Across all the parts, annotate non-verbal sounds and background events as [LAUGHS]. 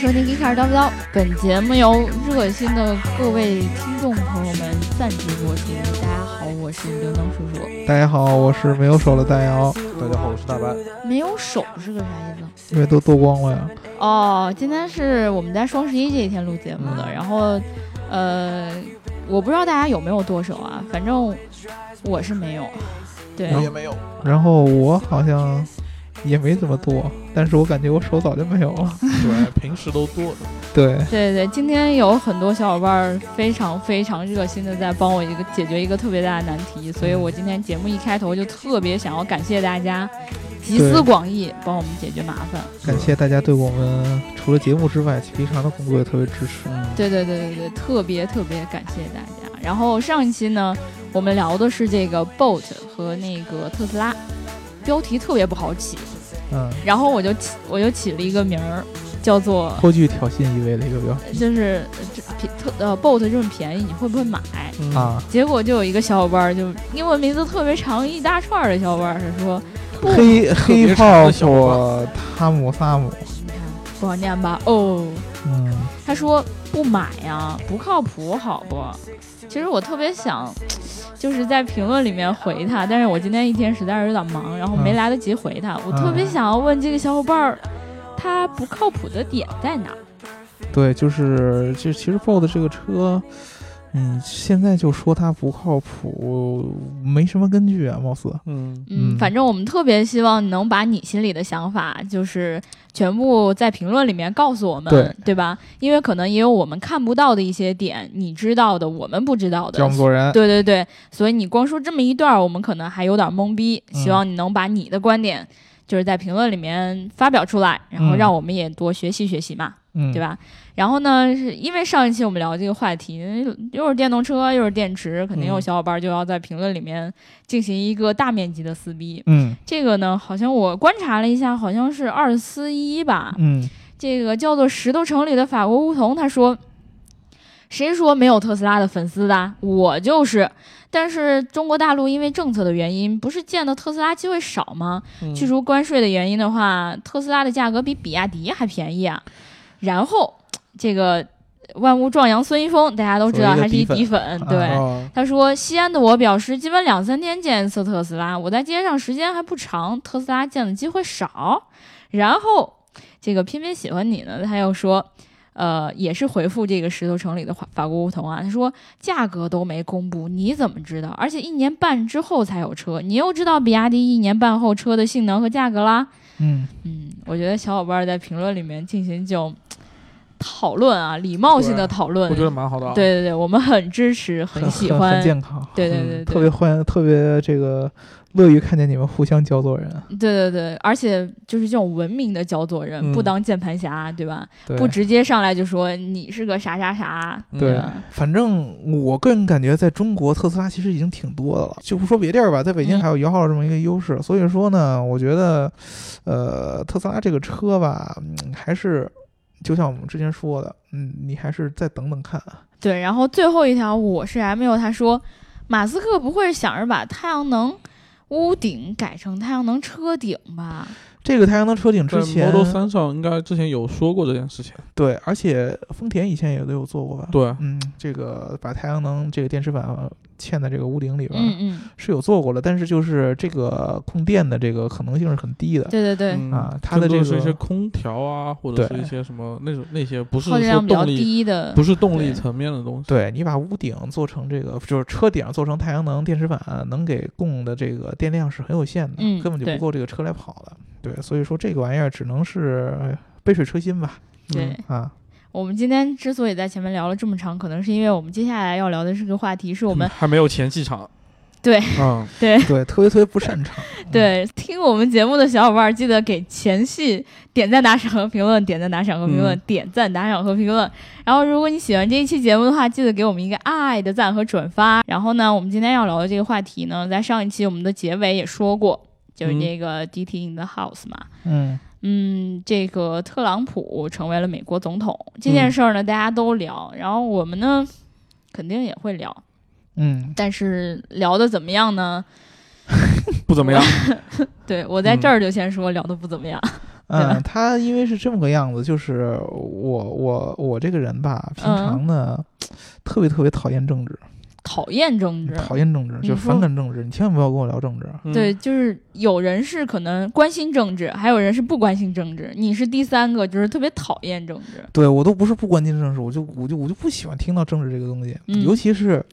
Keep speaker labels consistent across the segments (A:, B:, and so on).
A: 收听《一开始叨不叨》，本节目由热心的各位听众朋友们赞助播出。大家好，我是刘能叔叔。
B: 大家好，我是没有手的大姚，
C: 大家好，我是大白。
A: 没有手是个啥意思？
B: 因为都剁光了呀。
A: 哦，今天是我们在双十一这一天录节目的，然后，呃，我不知道大家有没有剁手啊，反正我是没有。对，
C: 我也没有，
B: 然后我好像也没怎么剁，但是我感觉我手早就没有了。
C: 对，平时都多的。
B: [LAUGHS] 对，
A: 对对，今天有很多小伙伴儿非常非常热心的在帮我一个解决一个特别大的难题，所以我今天节目一开头就特别想要感谢大家集思
B: 对
A: 广益，帮我们解决麻烦。
B: 感谢大家对我们除了节目之外，平常的工作也特别支持。
C: 嗯
A: 对对对对对，特别特别感谢大家。然后上一期呢，我们聊的是这个 Boat 和那个特斯拉，标题特别不好起，
B: 嗯，
A: 然后我就起 [LAUGHS] 我就起了一个名儿，叫做
B: 颇具挑衅意味的一个标
A: 就是这便特呃 Boat 这么便宜，你会不会买？
C: 嗯
B: 啊，
A: 结果就有一个小伙伴儿，就英文名字特别长，一大串儿的小伙伴儿，他说不
B: 黑黑泡
C: 特别长的小
B: 泡汤姆萨姆，
A: 不好念吧？哦，
B: 嗯，
A: 他说不买呀，不靠谱，好不？其实我特别想，就是在评论里面回他，但是我今天一天实在是有点忙，然后没
B: 嗯
A: 来得及回他。我
B: 嗯
A: 特别想要问这个小伙伴儿，他不靠谱的点在哪儿？
B: 对，就是就其实 BOSS 这个车，嗯，现在就说它不靠谱，没什么根据啊，貌似。
C: 嗯，
A: 嗯，
B: 嗯
A: 反正我们特别希望你能把你心里的想法，就是全部在评论里面告诉我们，
B: 对
A: 吧？因为可能也有我们看不到的一些点，你知道的，我们不知道的
B: 教我。们做人。
A: 对对对，所以你光说这么一段儿，我们可能还有点懵逼。
B: 嗯
A: 希望你能把你的观点，就是在评论里面发表出来，然后
B: 嗯
A: 让我们也多学习学习嘛。
B: 嗯，
A: 对吧？然后呢，是因为上一期我们聊这个话题，又是电动车，又是电池，肯定有
C: 嗯
A: 小伙伴就要在评论里面进行一个大面积的撕逼。
B: 嗯
A: 这个呢，好像我观察了一下，好像是二四一吧，
B: 嗯
A: 这个叫做石头城里的法国梧桐，他说。谁说没有特斯拉的粉丝的？我就是。但是中国大陆因为政策的原因，不是见到特斯拉机会少吗？
C: 嗯
B: 嗯
A: 去除关税的原因的话，特斯拉的价格比比亚迪还便宜啊。然后这个万物壮阳孙一峰，大家都知道
C: 作为一个
A: 他是一
C: 底粉
A: 底粉，对。
C: 啊，
A: 他说：“西安的我表示，基本两三天见一次特斯拉，我在街上时间还不长，特斯拉见的机会少。然后这个偏偏喜欢你呢，他又说，呃，也是回复这个石头城里的法法国梧桐啊，他说价格都没公布，你怎么知道？而且一年半之后才有车，你又知道比亚迪一年半后车的性能和价格啦。
B: 嗯，
A: 嗯，我觉得小伙伴在评论里面进行这种讨论啊，礼貌性的讨论
C: 我。觉得蛮好的。，
A: 嗯
C: 啊
A: 对对对，我们很支持，很
B: 很
A: 喜
B: 很
A: 欢
B: 很。健康，
A: 对对
C: 嗯
A: 对对，
B: 特别欢，特别这个乐于看见你们互相教做人。
A: 对对对，而且就是这种文明的焦作人，
C: 嗯
A: 不当键盘侠，对吧？
B: 对，
A: 不直接上来就说你是个啥啥啥，嗯
B: 对
A: 吧
B: 反正我个人感觉，在中国特斯拉其实已经挺多的了，就不说别地儿吧，在北京
A: 嗯
B: 还有摇号这么一个优势。所以说呢，我觉得，呃，特斯拉这个车吧，嗯还是就像我们之前说的，嗯，你还是再等等看。
A: 对。然后最后一条，我是 M U，他说马斯克不会是想着把太阳能屋顶改成太阳能车顶吧？
B: 这个太阳能车顶
C: 在
B: 之前，
C: Model 三上应该之前有说过这件事情。啊
B: 对，而且丰田以前也都有做过吧？
C: 对，
B: 嗯，这个把太阳能这个电池板嵌在这个屋顶里边儿
A: 嗯嗯，
B: 是有做过了，但是就是这个供电的这个可能性是很低的。
A: 对对对，
C: 嗯
B: 啊它的
C: 更多
B: 这个
C: 是一些空调啊，或者
B: 对
C: 是一些什么那种那些不是
A: 耗电
C: 说
A: 量比较
C: 动力，
A: 低的，
C: 不是动力
A: 对
C: 层面的东西。
B: 对你把屋顶做成这个，就是车顶做成太阳能电池板，能给供的这个电量是很有限的，
A: 嗯
B: 根本就
A: 对
B: 不够这个车来跑的。对，所以说这个玩意儿只能是杯水车薪吧。
A: 对。
C: 嗯
B: 啊，
A: 我们今天之所以在前面聊了这么长，可能是因为我们接下来要聊的这个话题，是我们、
C: 嗯还没有前戏场。
A: 对，
C: 嗯，
A: 对
B: 对，特别特别不擅
A: [LAUGHS]
B: 长。
A: 对，听我们节目的小伙伴儿，记得给前戏点赞、打赏和评论，点赞、打赏和评论，
C: 嗯
A: 点赞、打赏和评论。然后，如果你喜欢这一期节目的话，记得给我们一个爱的赞和转发。然后呢，我们今天要聊的这个话题呢，在上一期我们的结尾也说过，就是
C: 嗯
A: 这个 DT in the house 嘛。
B: 嗯
A: 嗯，这个特朗普成为了美国总统这件事儿呢，大家都聊，然后我们呢肯定也会聊，
B: 嗯，
A: 但是聊的怎么样呢？
C: 不怎么样。
A: [LAUGHS] 对我在这儿就先说聊的不怎么样。对吧
B: 嗯，他因为是这么个样子，就是我我我这个人吧，平
A: 嗯
B: 常呢、特别特别讨厌政治，
A: 讨厌政治。
B: 讨厌政治，
A: 你
B: 就
A: 说
B: 反感政治，你千万不要跟我聊政治。
C: 嗯
A: 对，，就是有人是可能关心政治，还有人是不关心政治。你是第三个，就是特别讨厌政治。
B: 对我都不是不关心政治，我就我就我就不喜欢听到政治这个东西，
A: 嗯
B: 尤其是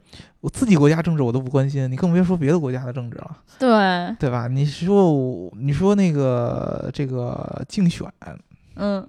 B: 我自己国家政治我都不关心，你更别说别的国家的政治了，
A: 对，
B: 对吧？你说我你说那个这个竞选，
A: 嗯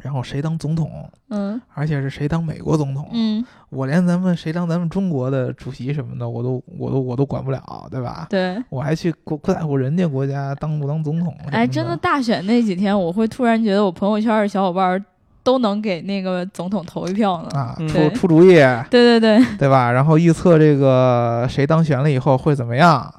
B: 然后谁当总统，
A: 嗯
B: 而且是谁当美国总统，
A: 嗯，
B: 我连咱们谁当咱们中国的主席什么的，我都我都我都管不了，对吧？
A: 对。
B: 我还去国不在乎人家国家当不当总统什么？
A: 哎，真的
B: 的，
A: 大选那几天，我会突然觉得我朋友圈的小伙伴儿都能给那个总统投一票呢。
B: 啊，
C: 嗯
B: 出
A: 对
B: 出主意，
A: 对对对
B: 对吧？然后预测这个谁当选了以后会怎么样，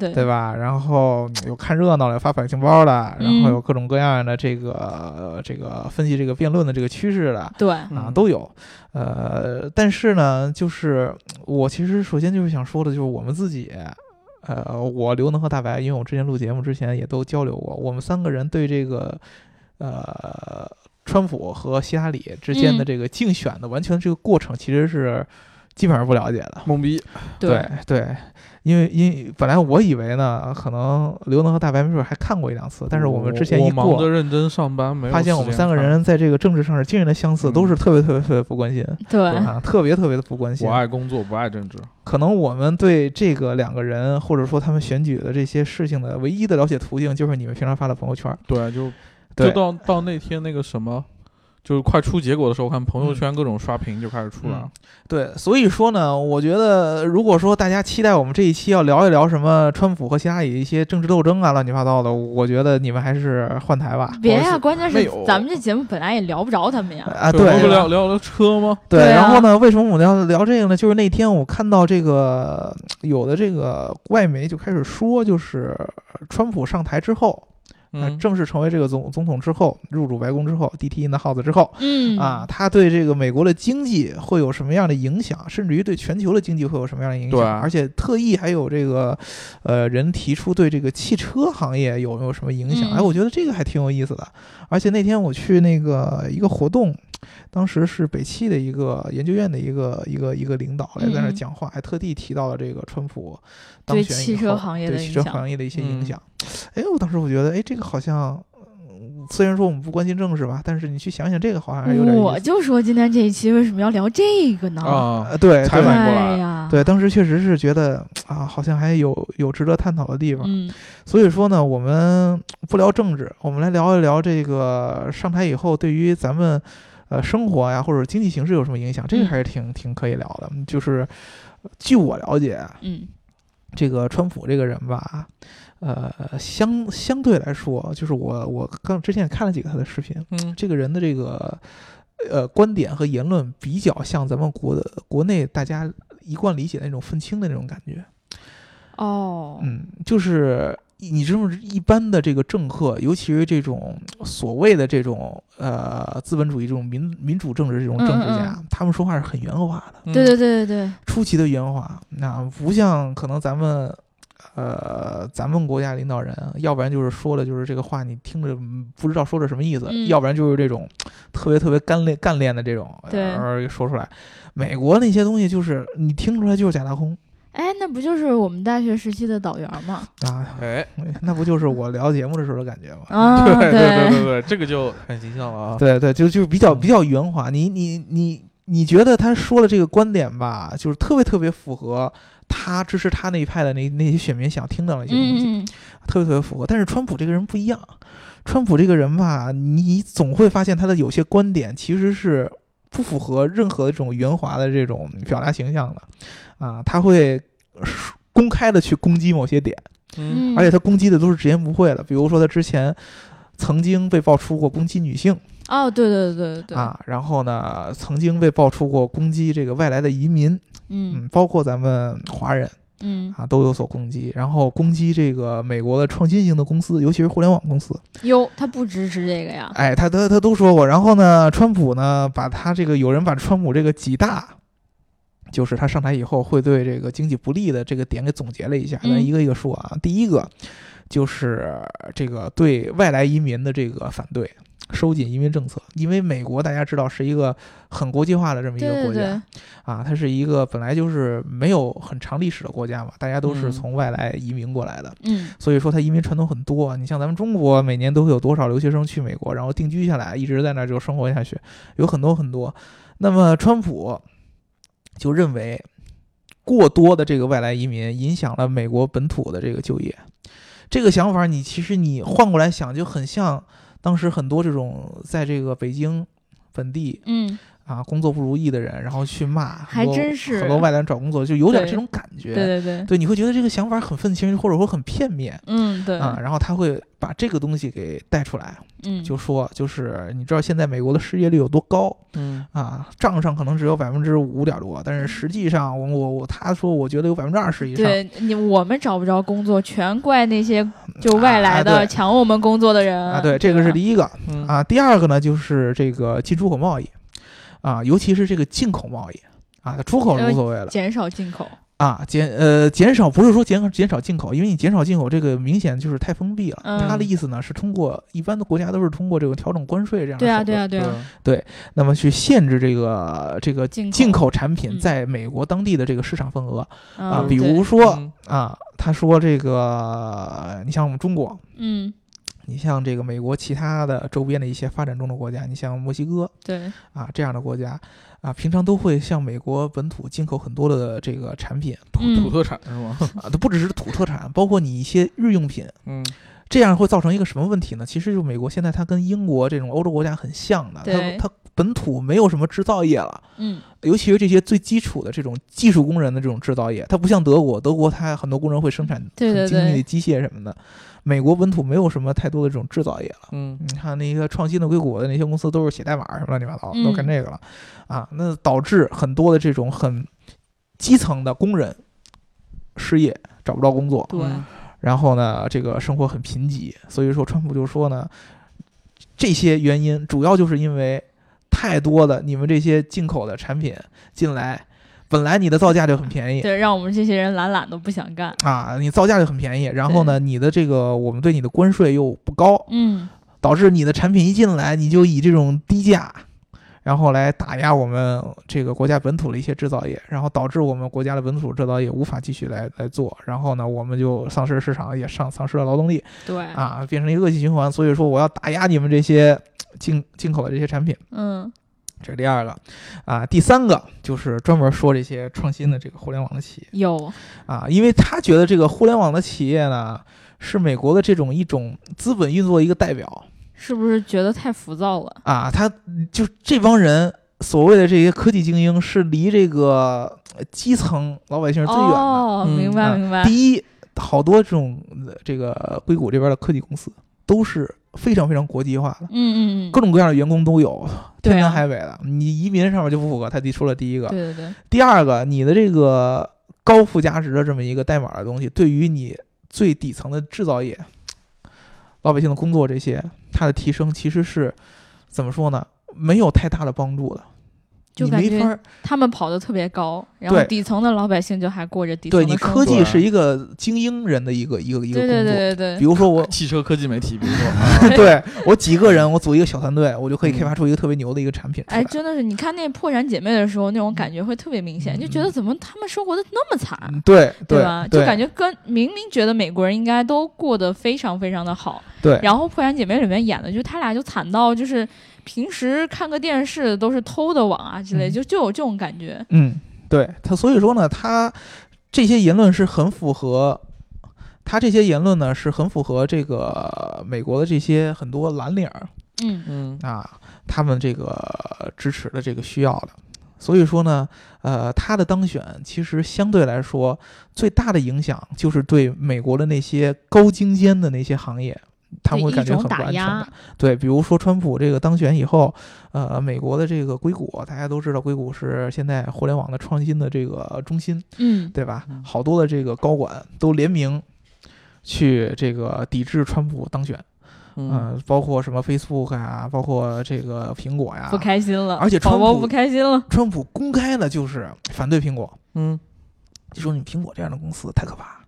A: 对
B: 对吧？然后有看热闹的，有发表情包的，
A: 嗯
B: 然后有各种各样的这个、呃这个分析这个辩论的这个趋势的。
A: 对
B: 啊，
C: 嗯
B: 都有，呃，但是呢，就是我其实首先就是想说的，就是我们自己，呃，我刘能和大白，因为我之前录节目之前也都交流过，我们三个人对这个，呃，川普和希拉里之间的
A: 嗯
B: 这个竞选的完全这个过程，其实是基本上不了解的。
C: 懵逼，
B: 对对，因为因本来我以为呢，可能刘能和大白没准还看过一两次，但是我们之前一
C: 我忙着
B: 过，
C: 认真上班，没有
B: 发现我们
C: 时间
B: 三个
C: 看，
B: 人在这个政治上是惊人的相似，都
C: 嗯
B: 是特别特别特别不关心。
A: 对
B: 啊，特别特别的不关心
C: 我。爱工作，不爱政治，
B: 可能我们对这个两个人，或者说他们选举的这些事情的唯一的了解途径，就是你们平常发的朋友圈。
C: 对，就
B: 对
C: 就到到那天那个什么，就是快出结果的时候，我看朋
B: 嗯
C: 友圈各种刷屏就开始出来了。
B: 对，所以说呢，我觉得如果说大家期待我们这一期要聊一聊什么川普和希拉里一些政治斗争啊，乱七八糟的，我觉得你们还是换台吧。
A: 别
C: 不好意
A: 呀、
C: 思
A: 关键
C: 没
A: 是
C: 有
A: 咱们这节目本来也聊不着他们呀。
B: 啊，
C: 对，我们不
B: 对
C: 聊聊聊车吗？
B: 对，
A: 对啊
B: 然后呢，为什么我们要聊这个呢？就是那天我看到这个呃有的这个外媒就开始说，就是呃川普上台之后，呃，
C: 嗯，
B: 正式成为这个总总统之后，入主白宫之后，DT E in the house 之后，
A: 嗯
B: 啊，，他对这个美国的经济会有什么样的影响，甚至于对全球的经济会有什么样的影响？
C: 对啊
B: 而且特意还有这个，呃，人提出对这个汽车行业有没有什么影响？
A: 嗯
B: 哎，我觉得这个还挺有意思的。而且那天我去那个一个活动，当时是北汽的一个研究院的一个一个一个领导来在那儿
A: 嗯
B: 讲话，还特地提到了这个川普当
A: 对
B: 选
A: 汽
B: 以
A: 车
B: 后
A: 行业
B: 对
A: 的
B: 汽
A: 影
B: 车
A: 响
B: 行业的一些影
C: 嗯
B: 响。哎，我当时我觉得，哎，这个好像。嗯虽然说我们不关心政治吧，但是你去想想，这个好像还是有点意思。
A: 我就说今天这一期为什么要聊这个呢？
C: 啊，
B: 呃，对，
C: 采
B: 对
C: 访过来
A: 哎呀，
B: 对，当时确实是觉得啊，好像还有有值得探讨的地方。
A: 嗯，
B: 所以说呢，我们不聊政治，我们来聊一聊这个上台以后对于咱们呃生活呀或者经济形势有什么影响，这个
A: 嗯
B: 还是挺挺可以聊的。就是据我了解，
A: 嗯
B: 这个川普这个人吧，呃，相相对来说，就是我我刚之前也看了几个他的视频，
C: 嗯，
B: 这个人的这个呃观点和言论比较像咱们国的国内大家一贯理解的那种愤青的那种感觉。
A: 哦，
B: 嗯，就是你知道吗一般的这个政客，尤其是这种所谓的这种呃资本主义这种民民主政治这种政治家，他们说话是很圆滑的，
C: 嗯
A: 对对对对对，
B: 出奇的圆滑。那不像可能咱们。呃，咱们国家领导人，要不然就是说的，就是这个话你听着嗯不知道说的什么意思，
A: 嗯
B: 要不然就是这种特别特别干练干练的这种，
A: 对
B: 而说出来。美国那些东西就是你听出来就是假大空
A: 哎，那不就是我们大学时期的导员
B: [LAUGHS]
A: 吗？
B: 啊，
C: 哎，
B: 那不就是我聊节目的时候的感觉吗？
A: 啊，
C: 对对对对对，这个就很形象了啊。
B: [LAUGHS] 对对，就就比较
C: 嗯
B: 比较圆滑。你你你你觉得他说的这个观点吧，就是特别特别符合他支持他那一派的那那些选民想听到的一些东西，
A: 嗯嗯
B: 特别特别符合。但是川普这个人不一样，川普这个人吧，你总会发现他的有些观点其实是不符合任何这种圆滑的这种表达形象的，啊，他会公开的去攻击某些点。
C: 嗯
A: 嗯，
B: 而且他攻击的都是直言不讳的，比如说他之前曾经被爆出过攻击女性
A: 哦，对对对对对，
B: 啊，然后呢，曾经被爆出过攻击这个外来的移民，
A: 嗯
B: 嗯，包括咱们华人
A: 嗯，
B: 啊都有所攻击，然后攻击这个美国的创新型的公司，尤其是互联网公司，
A: 哟，他不支持这个呀？
B: 哎，他他他都说过，然后呢，川普呢，把他这个有人把川普这个几大。就是他上台以后会对这个经济不利的这个点给总结了一下，咱
A: 嗯
B: 一个一个说啊。第一个，就是这个对外来移民的这个反对，收紧移民政策。因为美国大家知道是一个很国际化的这么一
A: 对
B: 个
A: 对
B: 国家
A: 对，
B: 啊，它是一个本来就是没有很长历史的国家嘛，大家都是
C: 嗯
B: 从外来移民过来的，
A: 嗯，
B: 所以说它移民传统很多。啊你像咱们中国，每年都会有多少留学生去美国，然后定居下来，一直在那儿就生活下去，有很多很多。那么川普就认为，过多的这个外来移民影响了美国本土的这个就业。这个想法你，其实你换过来想，就很像当时很多这种在这个北京本地
A: 嗯，
B: 啊工作不如意的人，然后去骂，
A: 还
B: 很多
A: 真是
B: 很多外来人找工作，就有点
A: 对
B: 这种感觉。
A: 对对对，
B: 对，你会觉得这个想法很愤青，或者说很片面
A: 嗯对，
B: 啊。然后他会把这个东西给带出来，
A: 嗯，
B: 就说就是你知道现在美国的失业率有多高
C: 嗯，
B: 啊？账上可能只有百分之五点多，但是实际上我我我他说我觉得有百分之二十以
A: 嗯
B: 上。
A: 对你，我们找不着工作，全怪那些就外来
B: 啊
A: 的
B: 对
A: 抢我们工作的人
B: 啊，对，这个是
A: 吧
B: 第一个
C: 嗯
B: 啊。第二个呢，就是这个进出口贸易啊，尤其是这个进口贸易啊，出口是无所谓了
A: 减少进口。
B: 啊，减呃减少不是说减减少进口，因为你减少进口这个明显就是太封闭了。
A: 嗯
B: 他的意思呢是通过一般的国家都是通过这个调整关税这样的
A: 对啊，
B: 手
A: 对
B: 段，
A: 啊，对啊，
B: 那么去限制这个这个
A: 进口
B: 进口产品
A: 嗯
B: 在美国当地的这个市场份额、啊
A: 啊，
B: 比
A: 对
B: 如，说
C: 嗯
B: 啊，他说这个你像我们中国，
A: 嗯，
B: 你像这个美国其他的周边的一些发展中的国家，你像墨西哥
A: 对，
B: 啊这样的国家啊，平常都会向美国本土进口很多的这个产品。
A: 嗯
C: 土土特产是吗？ [LAUGHS]
B: 啊，它不只是土特产，包括你一些日用品，
C: 嗯，
B: 这样会造成一个什么问题呢？其实就美国现在它跟英国这种欧洲国家很像的，
A: 对
B: 它它本土没有什么制造业了，
A: 嗯，
B: 尤其是这些最基础的这种技术工人的这种制造业，它不像德国，德国它很多工人会生产
A: 对对
B: 很精密的
A: 对，
B: 机械什么的，美国本土没有什么太多的这种制造业了。
C: 嗯，
B: 你看那个创新的硅谷的那些公司都是写代码什么乱七八糟，都干
A: 嗯
B: 这个了，啊，那导致很多的这种很基层的工人失业，找不着工作，
A: 对，
C: 嗯
B: 然后呢，这个生活很贫瘠，所以说川普就说呢，这些原因主要就是因为太多的你们这些进口的产品进来，本来你的造价就很便宜
A: 对，让我们这些人懒懒都不想干。
B: 啊，你造价就很便宜，然后呢，你的这个我们对你的关税又不高，
A: 嗯，
B: 导致你的产品一进来你就以这种低价。然后来打压我们这个国家本土的一些制造业，然后导致我们国家的本土制造业无法继续来来做，然后呢，我们就丧失了市场，也丧丧失了劳动力，
A: 对，
B: 啊，变成一个恶性循环。所以说，我要打压你们这些进进口的这些产品，
A: 嗯，
B: 这是第二个啊。第三个就是专门说这些创新的这个互联网的企业
A: 有，
B: 啊，因为他觉得这个互联网的企业呢，是美国的这种一种资本运作的一个代表
A: 是不是觉得太浮躁了？
B: 啊，他就这帮人。所谓的这些科技精英是离这个呃基层老百姓是最远的。
A: 哦，
C: 嗯
A: 明白
B: 啊
A: 明白。
B: 第一，好多这种呃这个硅谷这边的科技公司都是非常非常国际化的，
A: 嗯嗯嗯，
B: 各种各样的员工都有，
A: 对
B: 天
A: 啊
B: 南海北的。你移民上面就不符合，他提出了第一个，
A: 对对对，
B: 第二个，你的这个高附加值的这么一个代码的东西，对于你最底层的制造业、老百姓的工作这些，它的提升其实是怎么说呢？没有太大的帮助的，
A: 就
B: 你
A: 感
B: 没
A: 觉
B: 法儿。
A: 他们跑得特别高，然后
B: 对
A: 底层的老百姓就还过着底层
B: 对
A: 的
B: 你
A: 生
B: 科
A: 活
B: 技是一个精英人的一个一个一个
A: 对
B: 工
A: 对
B: 作。
A: 对对对
B: 比，如说我，
A: [LAUGHS]
C: 汽车科技媒体，比如
B: [LAUGHS]
C: 说，啊
B: 对我几个人，我组一个小团队，我就可以开
C: 嗯
B: 发出一个特别牛的一个产品出来。
A: 哎，真的是，你看那《破产姐妹》的时候，那种感觉会特别明显，
B: 嗯
A: 就觉得怎么他们生活的那么惨，
B: 嗯对对
A: 吧？就
B: 对
A: 感觉跟明明觉得美国人应该都过得非常非常的好，
B: 对
A: 然后《破产姐妹》里面演的，就他俩就惨到就是平时看个电视都是偷的网啊之类，
B: 嗯
A: 就就有这种感觉。
B: 嗯，对他，所以说呢，他这些言论是很符合，他这些言论呢是很符合这个美国的这些很多蓝领儿
A: 嗯
C: 嗯
B: 啊，他们这个支持的这个需要的。所以说呢，呃，他的当选其实相对来说最大的影响就是对美国的那些高精尖的那些行业，他们
A: 对
B: 会感
A: 一
B: 觉
A: 种
B: 很不
A: 打
B: 安全
A: 压
B: 感。对，比如说川普这个当选以后，呃，美国的这个硅谷，大家都知道，硅谷是现在互联网的创新的这个中心，
A: 嗯，
B: 对吧
C: 嗯？
B: 好多的这个高管都联名去这个抵制川普当选，
C: 嗯，
B: 嗯，包括什么 Facebook 啊，包括这个苹果呀、
A: 不开心了，
B: 啊而且
A: 宝
B: 川
A: 宝
B: 普
A: 不开心了。
B: 川普公开的就是反对苹果，
C: 嗯，
B: 就说你苹果这样的公司太可怕，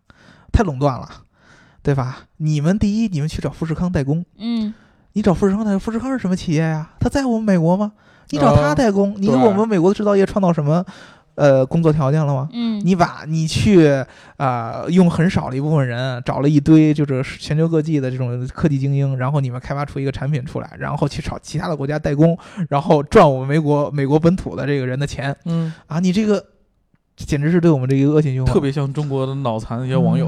B: 太垄断了。对吧？你们第一，你们去找富士康代工，
A: 嗯，
B: 你找富士康代工，富士康是什么企业呀、他在我们美国吗？你找他
C: 呃
B: 代工，你给
C: 对
B: 我们美国的制造业创造什么呃工作条件了吗？
A: 嗯，
B: 你把你去啊、呃用很少的一部分人找了一堆就是全球各地的这种科技精英，然后你们开发出一个产品出来，然后去找其他的国家代工，然后赚我们美国美国本土的这个人的钱
C: 嗯，
B: 啊！你这个简直是对我们这个恶性循环，
C: 特别像中国的脑残那些网友，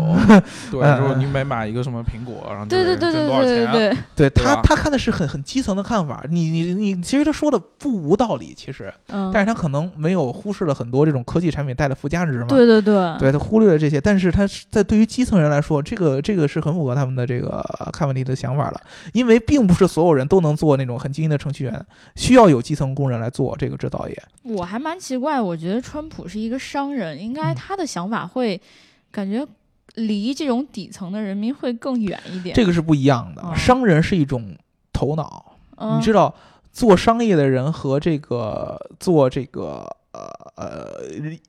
C: 对，
B: 嗯 [LAUGHS]
C: 就是你每买一个什么苹果，然后就
A: 对对
C: 是
A: 对对
C: 挣多少
A: 对对
C: 钱，啊
A: 对，
B: 对他
C: 吧
B: 他看的是很很基层的看法，你你你，其实他说的不无道理，其实，
A: 嗯，
B: 但是他可能没有忽视了很多这种科技产品带来的附加值嘛。
A: [LAUGHS] 对对对，
B: 对他忽略了这些，但是他是在对于基层人来说，这个这个是很符合他们的这个呃看问题的想法了，因为并不是所有人都能做那种很精英的程序员，需要有基层工人来做这个制造业。
A: 我还蛮奇怪，我觉得川普是一个商人，应该
B: 嗯
A: 他的想法会感觉离这种底层的人民会更远一点。
B: 这个是不一样
A: 哦
B: 的，商人是一种头脑，
A: 嗯，
B: 你知道，做商业的人和这个做这个呃呃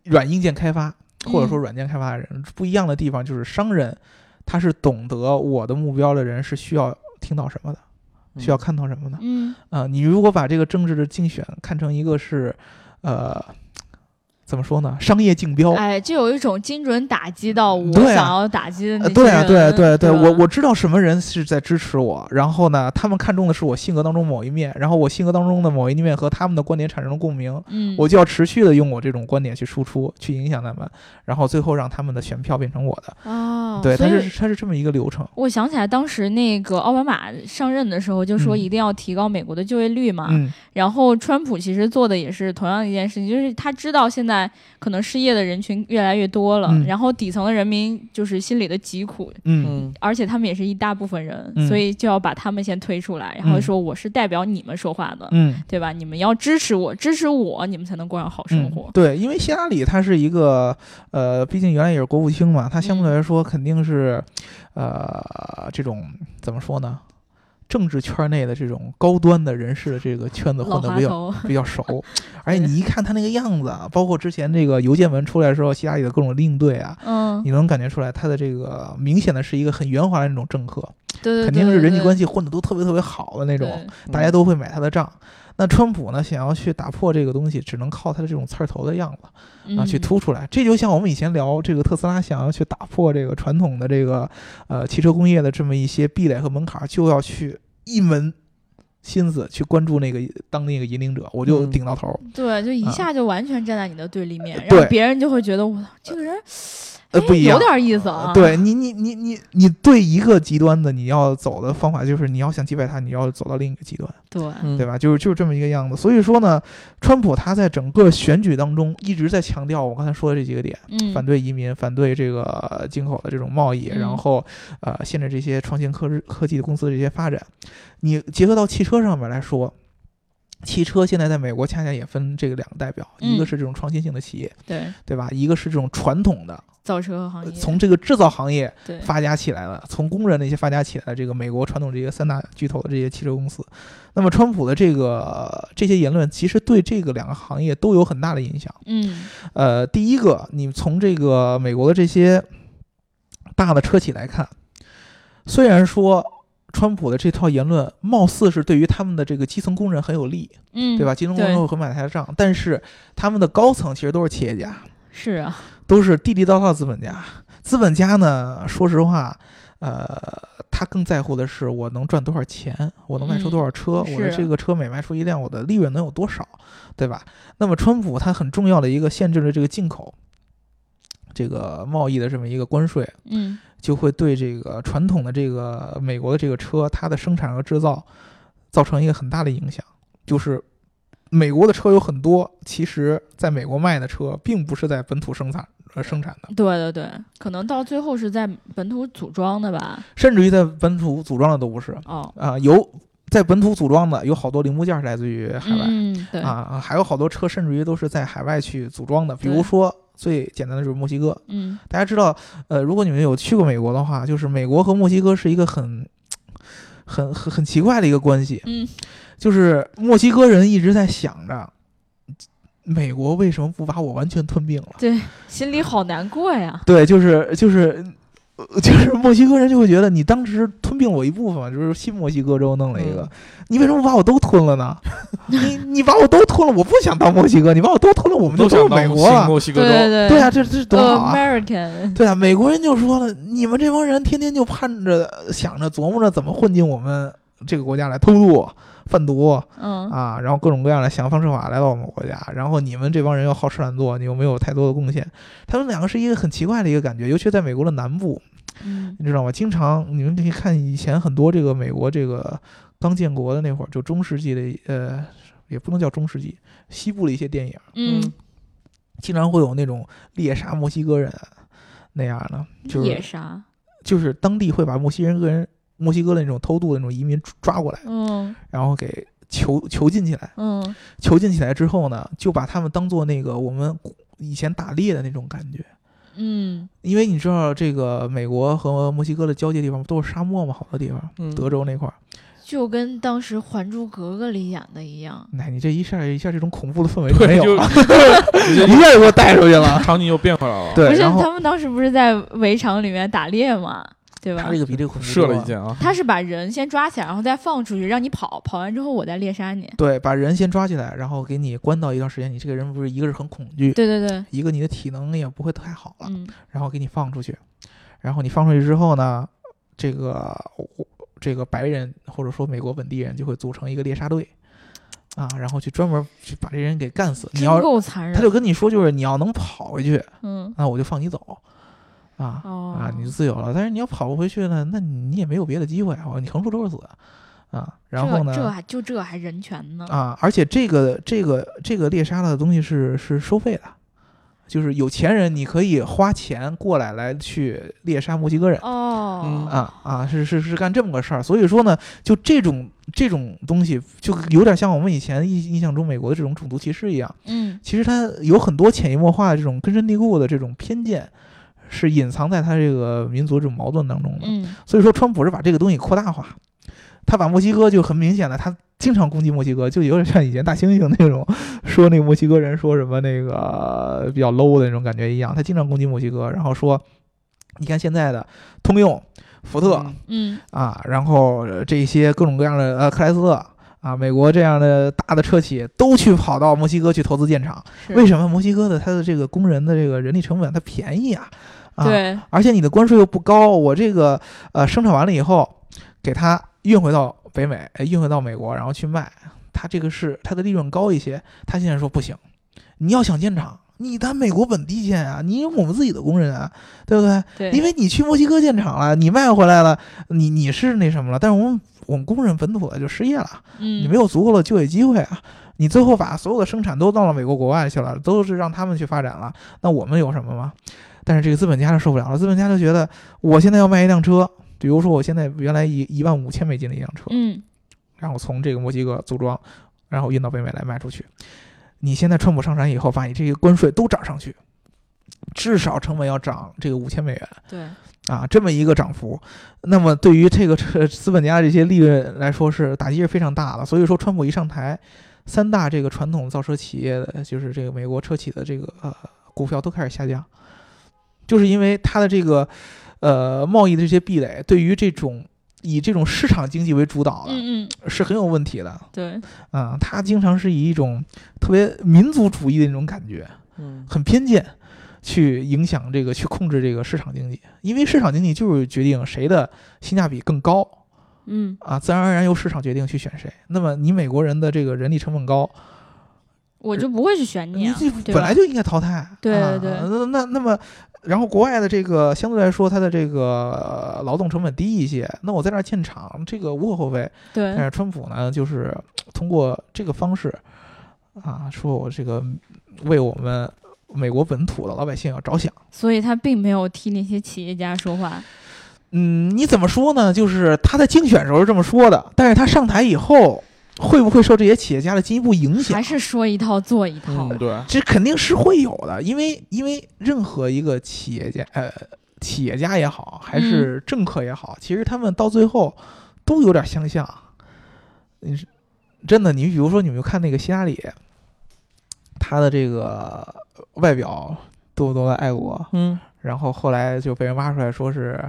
B: 软硬件开发或者说
A: 嗯
B: 软件开发的人、不一样的地方，就是商人他是懂得我的目标的人是需要听到什么的，
C: 嗯
B: 需要看到什么的。
A: 嗯，
B: 啊、你如果把这个政治的竞选看成一个是，呃，怎么说呢，商业竞标。
A: 哎，这有一种精准打击到我
B: 哦对啊
A: 想要打击的那
B: 呃，
A: 些人。
B: 对啊，对啊对啊
A: 对
B: 对
A: 吧，
B: 啊，我我知道什么人是在支持我，然后呢，他们看中的是我性格当中某一面，然后我性格当中的某一面和他们的观点产生了共鸣，
A: 嗯，
B: 我就要持续的用我这种观点去输出，去影响他们，然后最后让他们的选票变成我的。
A: 哦，
B: 对，
A: 所
B: 它
A: 以
B: 是它是这么一个流程。
A: 我想起来，当时那个奥巴马上任的时候，就说
B: 嗯
A: 一定要提高美国的就业率嘛。
B: 嗯，
A: 然后川普其实做的也是同样的一件事情，就是他知道现在可能失业的人群越来越多了，
B: 嗯
A: 然后底层的人民就是心里的疾苦，
B: 嗯
C: 嗯，
A: 而且他们也是一大部分人，
B: 嗯
A: 所以就要把他们先推出来，然后说我是代表你们说话的，
B: 嗯
A: 对吧？你们要支持我，支持我，你们才能过上好生
B: 嗯
A: 活，。
B: 对，因为希拉里他是一个，呃，毕竟原来也是国务卿嘛，他相对来说肯定是，呃，这种怎么说呢？政治圈内的这种高端的人士的这个圈子
A: 老
B: 混得
A: 滑 [LAUGHS]
B: 比较 [LAUGHS]
A: 头，
B: 比较熟，而且你一看他那个样子啊，包括之前这个邮件文出来的时候，希拉里的各种应对啊，
A: 嗯，
B: 你能感觉出来，他的这个明显的是一个很圆滑的那种政客，
A: 对对对，
B: 肯定是人际关系混得都特别特别好的那
A: 那
B: 种，大家都会买他的账。那川普呢，想要去打破这个东西，只能靠他的这种刺儿头的样子
A: 嗯
B: 啊去突出来。这就像我们以前聊这个特斯拉想要去打破这个传统的这个呃汽车工业的这么一些壁垒和门槛儿，就要去一门心思去关注那个当那个引领者，我就
C: 嗯
B: 顶到头儿。
A: 对，就一下就完全站在你的对立面，
B: 啊对
A: 然后别人就会觉得我操，这个人
B: 呃，
A: 哎
B: 不一样，
A: 有点意思啊。
B: 对你，你，你，你，你对一个极端的你要走的方法，就是你要想击败他，你要走到另一个极端，
A: 对，
C: 嗯
B: 对吧？就是就是这么一个样子。所以说呢，川普他在整个选举当中一直在强调我刚才说的这几个点：
A: 嗯，
B: 反对移民，反对这个呃进口的这种贸易，
A: 嗯
B: 然后呃限制这些创新科日科技公司的这些发展。你结合到汽车上面来说。汽车现在在美国恰恰也分这个两个代表，一个
A: 嗯
B: 是这种创新性的企业，
A: 对
B: 对吧？一个是这种传统的，
A: 造车行业，
B: 呃从这个制造行业
A: 对
B: 发家起来了，从工人那些发家起来的这个美国传统这些三大巨头的这些汽车公司，那么川普的这个这些言论，其实对这个两个行业都有很大的影响。
A: 嗯
B: 呃，第一个，你从这个美国的这些大的车企来看，虽然说川普的这套言论貌似是对于他们的这个基层工人很有利，
A: 嗯，
B: 对吧？基层工人会很买他的账，但是他们的高层其实都是企业家，
A: 是啊，
B: 都是地地道道的资本家。资本家呢，说实话，呃，他更在乎的是我能赚多少钱，我能卖出多少车，
A: 嗯
B: 我的
A: 是
B: 这个车每卖出一辆，我的利润能有多少，对吧？那么川普他很重要的一个限制了这个进口、这个贸易的这么一个关税，
A: 嗯
B: 就会对这个传统的这个美国的这个车，它的生产和制造造成一个很大的影响，就是。美国的车有很多，其实在美国卖的车并不是在本土生产呃生产的，
A: 对对对，可能到最后是在本土组装的吧。
B: 甚至于在本土组装的都不是
A: 哦，
B: 啊、有在本土组装的有好多零部件是来自于海外、
A: 嗯，对，
B: 啊，还有好多车甚至于都是在海外去组装的，比如
A: 对
B: 说。最简单的就是墨西哥，
A: 嗯
B: 大家知道，呃，如果你们有去过美国的话，就是美国和墨西哥是一个很、很、很很奇怪的一个关系。
A: 嗯，
B: 就是墨西哥人一直在想着，美国为什么不把我完全吞并了？
A: 对，心里好难过呀。
B: 对，就是就是 [LAUGHS] 呃就是墨西哥人就会觉得你当时吞并了我一部分嘛，就是新墨西哥州弄了一个，
C: 嗯
B: 你为什么不把我都吞了呢？ [LAUGHS] 你你把我都吞了，我不想当墨西哥，你把我都吞了，我们就
C: 都想
B: 是
C: 到
B: 美
C: 新
B: 国了。
C: 墨西哥
A: 对
C: 州，
A: 对对
B: 对啊，这这多好啊！
A: American，
B: 对啊，美国人就说了，你们这帮人天天就盼着、想着、琢磨着怎么混进我们这个国家来偷渡、贩毒
A: 嗯，
B: 啊，然后各种各样的想方设法来到我们国家，然后你们这帮人又好吃懒做，你又没有太多的贡献，他们两个是一个很奇怪的一个感觉，尤其在美国的南部，
A: 嗯
B: 你知道吗？经常你们可以看以前很多这个美国这个刚建国的那会儿，就中世纪的呃，也不能叫中世纪，西部的一些电影，
A: 嗯，
B: 经常会有那种猎杀墨西哥人啊那样的，就是
A: 野啥？
B: 就是当地会把墨西哥人个人、墨西哥的那种偷渡的那种移民抓过来，
A: 嗯
B: 然后给囚囚禁起来。
A: 嗯
B: 囚禁起来之后呢，就把他们当做那个我们以前打猎的那种感觉。
A: 嗯
B: 因为你知道，这个美国和墨西哥的交界地方不都是沙漠吗？好多地方，
C: 嗯
B: 德州那块儿，
A: 就跟当时《还珠格格》里演的一样，
B: 哎，你这一下一下这种恐怖的氛围就没
C: 对，
B: 有
C: 就
B: [LAUGHS]
C: [LAUGHS]
B: 了，
C: 就
B: [LAUGHS] 一下就给我带出去了。
C: [LAUGHS] 场景又变回来了，啊
A: 不
B: 对，
A: 是
B: 然后
A: 他们当时不是在围场里面打猎嘛，对吧
B: 他？这个比这个恐怖
C: 射
B: 多
C: 了一。箭啊，
A: 他是把人先抓起来，然后再放出去，让你跑，跑完之后我再猎杀你。
B: 对，把人先抓起来，然后给你关到一段时间，你这个人不是一个是很恐惧，
A: 对对对，
B: 一个你的体能也不会太好了，
A: 嗯
B: 然后给你放出去，然后你放出去之后呢，这个我这个白人或者说美国本地人就会组成一个猎杀队，啊，然后去专门去把这人给干死。你
A: 真
B: 要
A: 够残
B: 他
A: 忍。
B: 就跟你说，就是你要能跑回去，
A: 嗯
B: 那我就放你走，啊
A: 哦
B: 啊，你就自由了。但是你要跑不回去呢，那你也没有别的机会啊，你横竖都是死，啊，然后
A: 这这
B: 呢，
A: 还就这还人权呢？
B: 啊，而且这个这个这个猎杀的东西是是收费的。就是有钱人，你可以花钱过来来去猎杀墨西哥人，
A: 哦
C: 嗯，
B: 啊啊，是是是干这么个事儿。所以说呢，就这种这种东西，就有点像我们以前印印象中美国的这种种族歧视一样。
A: 嗯
B: 其实它有很多潜移默化的这种根深蒂固的这种偏见，是隐藏在它这个民族这种矛盾当中的。
A: 嗯
B: 所以说，川普是把这个东西扩大化，他把墨西哥就很明显的，他经常攻击墨西哥，就有点像以前大猩猩那种 [LAUGHS] 说那个墨西哥人说什么那个比较 low 的那种感觉一样，他经常攻击墨西哥，然后说，你看现在的通用、福特、
C: 嗯
A: 嗯
B: 啊，然后呃这些各种各样的呃克莱斯勒。啊，美国这样的大的车企都去跑到墨西哥去投资建厂，
A: 是
B: 为什么？墨西哥的它的这个工人的这个人力成本它便宜啊，啊，
A: 对
B: 而且你的关税又不高，我这个呃生产完了以后，给它运回到北美，呃运回到美国，然后去卖，它这个是它的利润高一些。他现在说不行，你要想建厂，你在美国本地建啊，你有我们自己的工人啊，对不对？
A: 对，
B: 因为你去墨西哥建厂了，你卖回来了，你你是那什么了，但是我们我们工人本土的就失业了。你
A: 嗯
B: 没有足够的就业机会啊，你最后把所有的生产都到了美国国外去了，都是让他们去发展了，那我们有什么吗？但是这个资本家就受不了了，资本家就觉得我现在要卖一辆车，比如说我现在原来一一万五千美金的一辆车，
A: 嗯
B: 然后从这个墨西哥组装，然后运到北美来卖出去。你现在川普上场以后，把你这些关税都涨上去，至少成本要涨这个五千美元。
A: 对
B: 啊，这么一个涨幅，那么对于这个车 [LAUGHS] 资本家这些利润来说是打击是非常大的。所以说，川普一上台，三大这个传统造车企业的，就是这个美国车企的这个呃股票都开始下降，就是因为它的这个呃贸易的这些壁垒，对于这种以这种市场经济为主导的、
A: 嗯嗯
B: 是很有问题的啊、
A: 对
B: 它经常是以一种特别民族主义的那种感觉，
C: 嗯
B: 很偏见，去影响这个去控制这个市场经济，因为市场经济就是决定谁的性价比更高
A: 嗯
B: 啊，自然而然由市场决定去选谁。那么你美国人的这个人力成本高，
A: 我就不会去选你
B: 你
A: 啊
B: 就，
A: 对
B: 本
A: 吧
B: 来就应该淘汰。
A: 对
B: 啊
A: 对
B: 那那那么，然后国外的这个相对来说它的这个呃劳动成本低一些，那我在这儿建厂，这个无可厚非。
A: 对
B: 但是川普呢，就是通过这个方式啊，说我这个为我们美国本土的老百姓要着想。
A: 所以他并没有替那些企业家说话。
B: 嗯，你怎么说呢？就是他在竞选时候是这么说的，但是他上台以后，会不会受这些企业家的进一步影响
A: 还？是说一套做一套。
C: 嗯，对，
B: 这肯定是会有的，因为因为任何一个企业家，呃，企业家也好，还是政客也
A: 嗯
B: 好，其实他们到最后都有点相像。你是真的，你比如说，你们看那个希拉里，他的这个外表多么多么爱国，
C: 嗯
B: 然后后来就被人挖出来说是，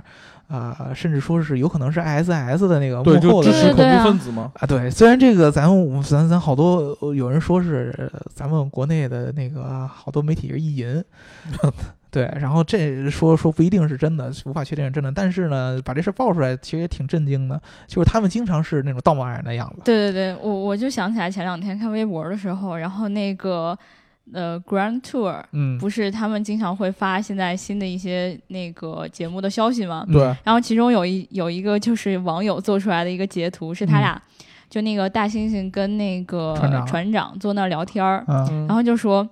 B: 啊、甚至说是有可能是 ISIS 的那个
C: 对，
B: 幕
C: 就
B: 后的
C: 支
A: 对对
C: 持恐
A: 对啊
C: 怖分子嘛。
B: 啊，对，虽然这个咱们咱咱好多呃有人说是呃咱们国内的那个好多媒体是意
C: [LAUGHS]
B: 淫，对，然后这说说不一定是真的，无法确定是真的，但是呢，把这事儿爆出来其实也挺震惊的，就是他们经常是那种道貌岸然的样子，
A: 对对对，我我就想起来前两天看微博的时候，然后那个呃 Grand Tour
B: 嗯，
A: 不是他们经常会发现在新的一些那个节目的消息
B: 嗯
A: 吗？
C: 对，
A: 然后其中有一有一个就是网友做出来的一个截图，是他俩、就那个大猩猩跟那个
B: 嗯船长
A: 船长坐那儿聊天儿，
B: 嗯
A: 啊然后就说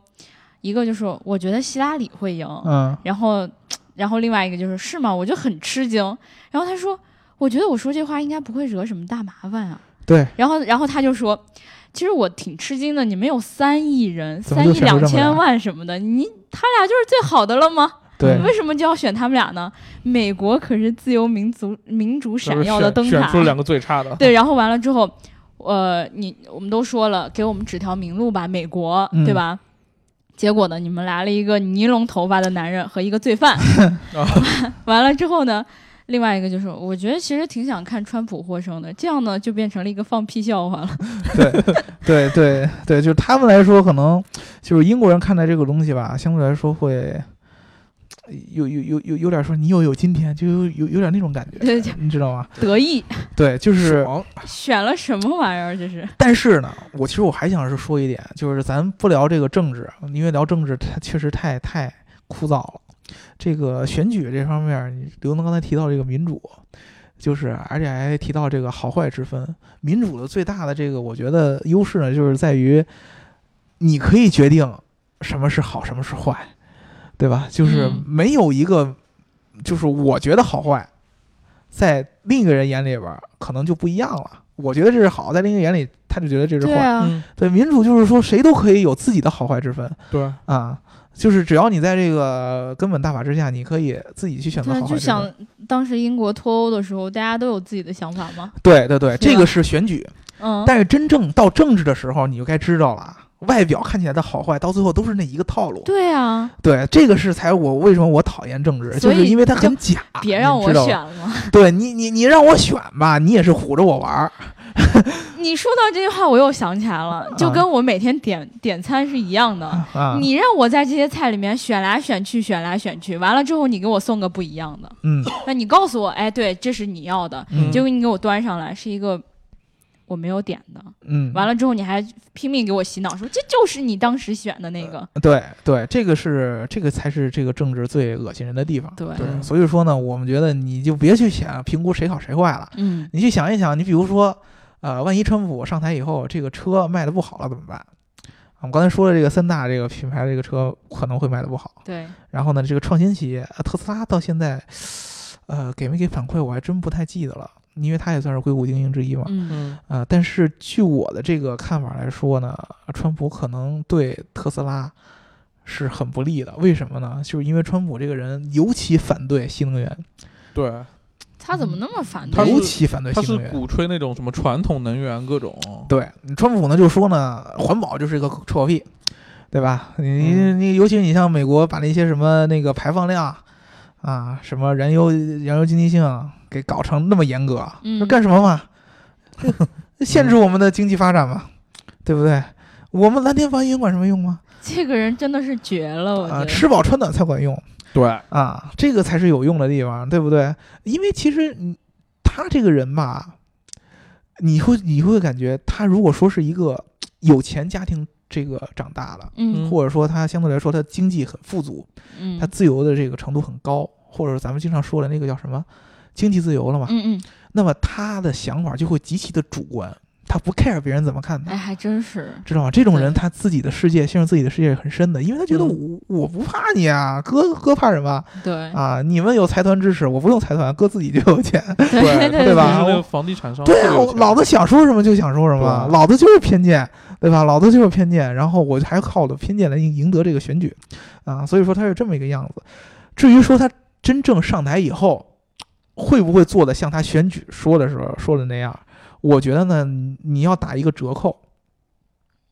A: 一个就说我觉得希拉里会赢，
B: 嗯
A: 然后然后另外一个就是是吗？我就很吃惊，然后他说我觉得我说这话应该不会惹什么大麻烦啊，
B: 对，
A: 然后然后他就说。其实我挺吃惊的，你们有三亿人，
B: 怎
A: 三
B: 么就
A: 亿
B: 选出这么
A: 两千
B: 俩
A: 万什么的，你他俩就是最好的了吗？
B: 对，
A: 为什么就要选他们俩呢？美国可是自由民族民主闪耀的灯
C: 选
A: 塔
C: 出，了两个最差 [LAUGHS] 的。
A: 对，然后完了之后，呃，你我们都说了，给我们指条明路吧，美国，
B: 嗯
A: 对吧？结果呢，你们来了一个尼龙头发的男人和一个罪
B: [LAUGHS]
A: 犯，完了之后呢，另外一个就是，我觉得其实挺想看川普获胜的，这样呢就变成了一个放屁笑话了。 [LAUGHS]
B: 对对对，就是他们来说，可能就是英国人看待这个东西吧，相对来说会有有有有有点说你又有今天，就有有有点那种感觉，
A: 对对
B: 你知道吗？
A: 得意
B: 对，就是，
C: 爽
A: 选了什么玩意儿？这是
B: 但是呢，我其实我还想是说一点，就是咱不聊这个政治，因为聊政治它确实太太枯燥了。这个选举这方面，你刘能刚才提到这个民主，就是而且还提到这个好坏之分。民主的最大的这个，我觉得优势呢，就是在于你可以决定什么是好，什么是坏，对吧？就是
A: 嗯
B: 没有一个，就是我觉得好坏，在另一个人眼里边儿可能就不一样了。我觉得这是好，在另一个眼里他就觉得这是
A: 对
B: 坏。
A: 啊，
C: 嗯，
B: 对，民主就是说谁都可以有自己的好坏之分
C: 对，
B: 啊。就是只要你在这个根本大法之下，你可以自己去选择
A: 对啊，
B: 好坏
A: 就
B: 之分。
A: 想当时英国脱欧的时候，大家都有自己的想法嘛。
B: 对对对，
A: 是
B: 这
A: 吧
B: 个是选举，
A: 嗯，
B: 但是真正到政治的时候，你就该知道了，外表看起来的好坏，到最后都是那一个套路。
A: 对啊，
B: 对，这个是才我为什么我讨厌政治，就
A: 所以
B: 是因为它
A: 就
B: 很假。
A: 别
B: 你
A: 让我
B: 知道
A: 选
B: 吧。
A: 了。
B: 对你，你你让我选吧，你也是唬着我玩儿。
A: 你说到这句话，我又想起来了，就跟我每天点点餐是一样的。
B: 啊，
A: 你让我在这些菜里面选来选去，选来选去，完了之后你给我送个不一样的，
B: 嗯
A: 那你告诉我，哎，对，这是你要的，
B: 嗯
A: 结果你给我端上来是一个我没有点的，
B: 嗯，
A: 完了之后你还拼命给我洗脑说这就是你当时选的那个，
B: 对对，这个是这个才是这个政治最恶心人的地方。
A: 对
B: 对，所以说呢，我们觉得你就别去想评估谁好谁坏了，
A: 嗯，
B: 你去想一想，你比如说，呃，万一川普上台以后，这个车卖的不好了怎么办？啊我们刚才说了，这个三大这个品牌的这个车可能会卖的不好。
A: 对，
B: 然后呢，这个创新企业呃特斯拉到现在，呃，给没给反馈我还真不太记得了，因为它也算是硅谷精英之一嘛。
A: 嗯，
C: 嗯，
B: 呃，但是据我的这个看法来说呢，川普可能对特斯拉是很不利的。为什么呢？就是因为川普这个人尤其反对新能源，
C: 对，
A: 他怎么那么反
C: 他
A: 对？
B: 尤
C: 是
B: 其反对
C: 他
B: 新能
C: 是
B: 源。
C: 鼓吹那种什么传统能源各种。
B: 对，川普呢就说呢，环保就是一个臭狗屁，对吧？你你
C: 嗯
B: 你，尤其你像美国把那些什么那个排放量啊，什么燃油燃油经济性给搞成那么严格，
A: 嗯
B: 说干什么嘛？ [LAUGHS] 限制我们的经济发展嘛，对不对？我们蓝天白云管什么用吗？
A: 这个人真的是绝了，我觉
B: 啊，
A: 得。
B: 吃饱穿暖才管用
C: 对，
B: 啊，这个才是有用的地方，对不对？因为其实你他这个人吧，你会你会感觉他如果说是一个有钱家庭这个长大的，
A: 嗯
B: 或者说他相对来说他经济很富足，
A: 嗯，
B: 他自由的这个程度很高，或者咱们经常说的那个叫什么经济自由了嘛，
A: 嗯嗯，
B: 那么他的想法就会极其的主观，他不 care 别人怎么看
A: 哎，
B: 他。
A: 还真是。
B: 知道吗？这种人
A: 对嗯
B: 他自己的世界，陷入自己的世界是很深的，因为他觉得我、我不怕你啊，哥哥怕什么？
A: 对
B: 啊，你们有财团支持，我不用财团，哥自己就有钱，
A: 对
C: 对
B: 对吧
C: 就是那
B: 我
C: 个房地产商
B: 对
C: 特
B: 啊，
C: 别有
B: 我
C: 钱
B: 老子想说什么就想说什
C: 对
B: 么
C: 啊，
B: 老子就是偏见，对吧？老子就是偏见，然后我还靠我的偏见来赢赢得这个选举，啊，所以说他是这么一个样子。至于说他真正上台以后会不会做的像他选举说的时候说的那样，我觉得呢，你要打一个折扣，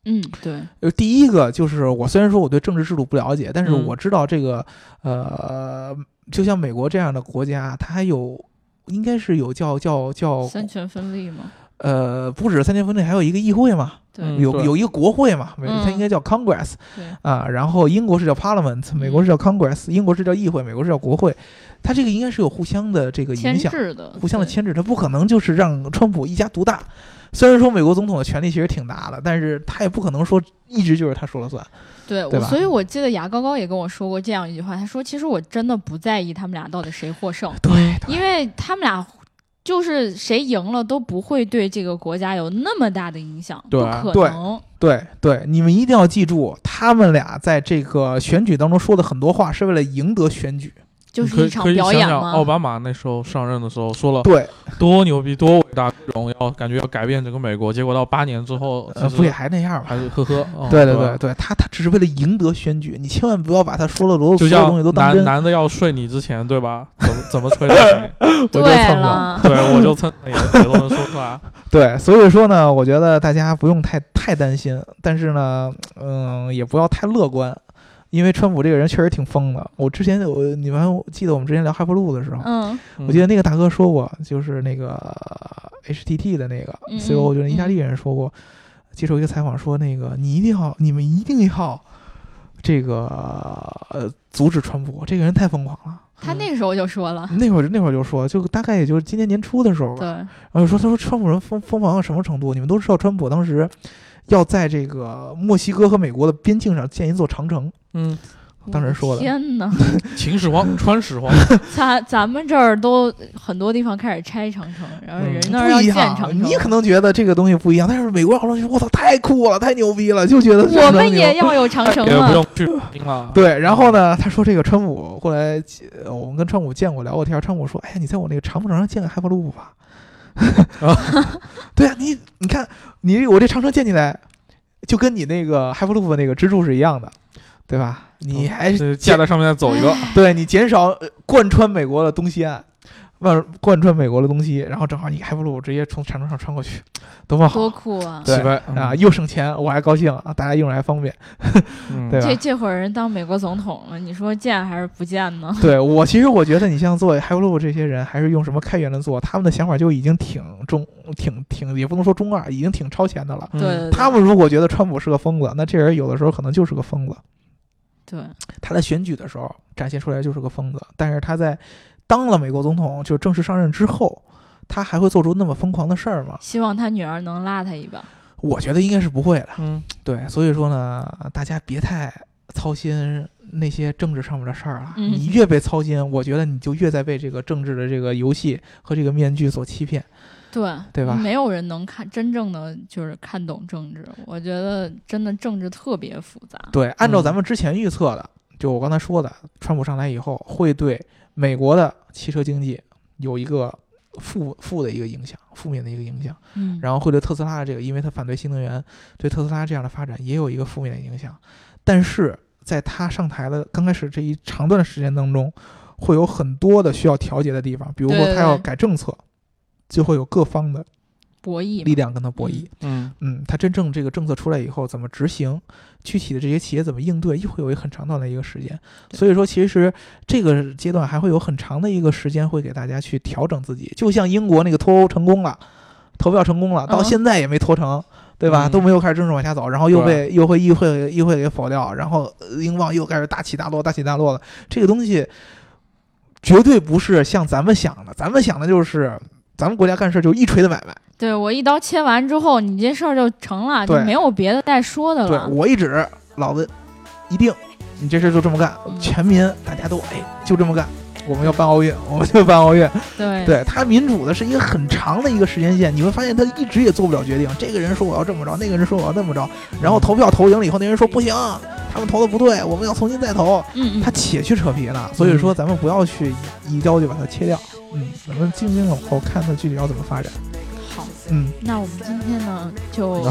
A: 嗯，对，
B: 呃，第一个就是我虽然说我对政治制度不了解，但是
C: 嗯
B: 我知道这个，呃，就像美国这样的国家，它还有应该是有叫叫叫
A: 三权分立嘛，
B: 呃，不止三权分立，还有一个议会嘛，
A: 对、
C: 嗯
B: 有
C: 对
B: 有一个国会嘛，美它
A: 嗯
B: 应该叫 Congress
A: 对，嗯
B: 啊，然后英国是叫 Parliament，美国是叫 Congress，英国是叫议会，美国是叫国会，它这个应该是有互相的这个
A: 牵
B: 影响，
A: 制的，
B: 互相的
A: 对，
B: 牵制，它不可能就是让川普一家独大。虽然说美国总统的权力其实挺大的，但是他也不可能说一直就是他说了算。
A: 对，
B: 对
A: 我
B: 吧
A: 所以我记得牙膏膏也跟我说过这样一句话，他说其实我真的不在意他们俩到底谁获胜，
B: 对，
A: 因为他们俩。就是谁赢了都不会对这个国家有那么大的影响，
C: 对
A: 不
B: 对
A: 可能。
B: 对对，你们一定要记住，他们俩在这个选举当中说的很多话是为了赢得选举。
A: 就
C: 你
A: 是
C: 可
A: 一
C: 以
A: 场
C: 可以
A: 表
C: 想
A: 演
C: 想奥
A: 嘛。
C: 巴马那时候上任的时候说了
B: 对，
C: 多牛逼、多伟大、荣耀，感觉要改变整个美国。结果到八年之后，
B: 呃，
C: 其实
B: 不也还那样吗？
C: 还是
B: [LAUGHS]
C: 呵呵。嗯
B: 对
C: 对
B: 对
C: 吧
B: 对，对，他他只是为了赢得选举，你千万不要把他说了所有
C: 就
B: 所有东西都
C: 像
B: 当
C: 男
B: 真。
C: 男的要睡你之前，对吧？怎么怎么吹都行，
B: 我就
A: 对
B: 蹭过 [LAUGHS]
A: 了，
C: 对我就蹭哎也也都能说出来。
B: 对，所以说呢，我觉得大家不用太太担心，但是呢，嗯，也不要太乐观，因为川普这个人确实挺疯的。我之前我你们还记得我们之前聊 Hyperloop 的时候，
A: 嗯，
B: 我记得那个大哥说过，就是那个 HTT 的那个 E
A: 嗯嗯
B: CEO，我觉得意大利人说过，接受一个采访说，那个你一定要，你们一定要这个呃阻止川普，这个人太疯狂了。
A: 他那个时候就说
B: [LAUGHS]
A: 了，
B: 那会儿那会儿就说，就大概也就是今年年初的时候吧，
A: 对，
B: 然后说他说川普人疯疯狂到什么程度？你们都知道川普当时要在这个墨西哥和美国的边境上建一座长城，
C: 嗯，
B: 当时说的
A: 天哪，
C: 秦始皇、川
B: [LAUGHS]
C: 始皇，
A: 咱咱们这儿都很多地方开始拆长城，然后
B: 嗯
A: 人那儿要
B: 不一
A: 建长
B: 样。
A: 城，
B: 你可能觉得这个东西不一样，但是美国好多人说我操太酷了，太牛逼了，就觉得长
A: 我
B: 城
A: 们
B: 牛
A: 也要有长城
C: 哎也不
A: 了。
C: 用去听
A: 啊
C: 了。
B: 对，然后呢，他说这个川普后来，呃我们跟川普见过聊过天儿，川普说：“哎呀，你在我那个长城上建个 Hyperloop 吧。
C: 啊”
B: [LAUGHS] 对啊，你你看你我这长城建起来，就跟你那个 Hyperloop 那个支柱是一样的，对吧？你还是
C: 对，架在上面再走一个，
A: 嗯
B: 对你减少呃贯穿美国的东西岸，贯贯穿美国的东西，然后正好你 Hyperloop 直接从长城上穿过去，多么
A: 多
B: 好！
A: 酷啊！
B: 对
C: 起飞
B: 啊，，又省钱，我还高兴啊，大家用着还方便。
C: 嗯
B: 对吧
A: 这这会儿人当美国总统了，你说建还是不建呢？
B: 对我其实我觉得你像做 h y p e r l 这些人，还是用什么开源的做，他们的想法就已经挺中挺挺也不能说中二，已经挺超前的了。
C: 嗯
A: 对对对
B: 他们如果觉得川普是个疯子，那这人有的时候可能就是个疯子。
A: 对
B: 他在选举的时候展现出来就是个疯子，但是他在当了美国总统，就正式上任之后，他还会做出那么疯狂的事儿吗？
A: 希望他女儿能拉他一把。
B: 我觉得应该是不会的。
C: 嗯，
B: 对，所以说呢，大家别太操心那些政治上面的事儿了。
A: 嗯
B: 你越被操心，我觉得你就越在被这个政治的这个游戏和这个面具所欺骗。
A: 对
B: 对吧
A: 没有人能看真正的就是看懂政治，我觉得真的政治特别复杂。
B: 对，按照
C: 嗯
B: 咱们之前预测的，就我刚才说的，川普上来以后会对美国的汽车经济有一个负负的一个影响，负面的一个影响。
A: 嗯，
B: 然后会对特斯拉的这个，因为他反对新能源，对特斯拉这样的发展也有一个负面的影响。但是在他上台的刚开始这一长段时间当中，会有很多的需要调节的地方，比如说
A: 对对
B: 他要
A: 对
B: 改政策，就会有各方的
A: 博弈
B: 力
A: 嘛，
B: 量跟他博弈。
C: 嗯，
B: 嗯，他真正这个政策出来以后怎么执行，具体的这些企业怎么应对，又会有一个很长段的一个时间。
A: 对
B: 所以说，其实这个阶段还会有很长的一个时间会给大家去调整自己。就像英国那个脱欧成功了，投票成功了，到
A: 嗯
B: 现在也没脱成。对吧？
C: 嗯
B: 都没有开始正式往下走，然后又
C: 对
B: 被又会议会议会给否掉，然后呃英镑又开始大起大落，大起大落了。这个东西绝对不是像咱们想的，咱们想的就是咱们国家干事就是一锤子买卖，
A: 对我一刀切完之后，你这事儿就成了，就
B: 对
A: 没有别的再说的
B: 对
A: 了。
B: 我一指，老子一定，你这事儿就这么干，
A: 嗯
B: 全民大家都哎就这么干，我们要办奥运，我们就办奥运。
A: 对
B: 对他民主的是一个很长的一个时间线，你会发现他一直也做不了决定。这个人说我要这么着，那个人说我要那么着，
A: 嗯
B: 然后投票投赢了以后，那人说不行，他们投的不对，我们要重新再投。
A: 嗯嗯，
B: 他且去扯皮呢，所以说咱们不要去一刀就把它切掉，嗯，咱们静静往后看它具体要怎么发展，
A: 好，
B: 嗯，
A: 那我们今天呢
B: [LAUGHS]
A: 就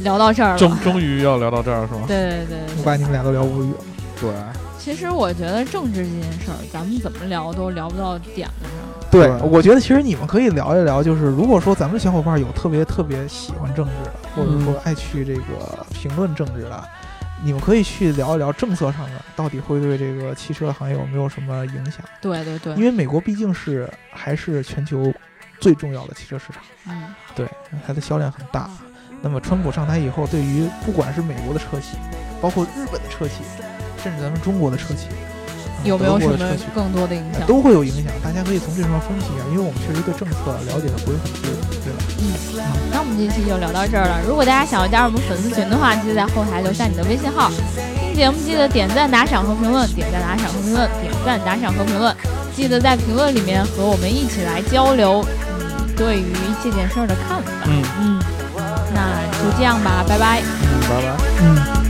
A: 聊到这儿
C: 终
A: 了。
C: 终于要聊到这儿是吗？
A: 对对对
B: 我
A: 对，
B: 把你们俩都聊无语了。
C: 对，
A: 其实我觉得政治这件事儿，咱们怎么聊都聊不到点子上。
B: 对
C: 对，
B: 我觉得其实你们可以聊一聊，就是如果说咱们小伙伴有特别特别喜欢政治的，或者说爱去这个评论政治的，你们可以去聊一聊政策上面到底会对这个汽车行业有没有什么影响？
A: 对对对
B: 因，为美国毕竟是还是全球最重要的汽车市场，
A: 嗯，
B: 对，它的销量很大。那么川普上台以后，对于不管是美国的车企，包括日本的车企，甚至咱们中国的车企，呃
A: 有没有什
B: 德国
A: 么
B: 的车企
A: 更多的影响？
B: 都会有影响，大家可以从这方面分析一下，因为我们确实对政策了解的不是很多，对吧？
A: 嗯那我们这期就聊到这儿了。如果大家想要加入我们粉丝群的话，记得在后台留下你的微信号。听节目记得点赞、打赏和评论，点赞、打赏和评论，点赞、打赏和评论。记得在评论里面和我们一起来交流你对于这件事儿的看法。
C: 嗯，
A: 嗯，那就这样吧，拜拜。
C: 嗯拜拜。
B: 嗯。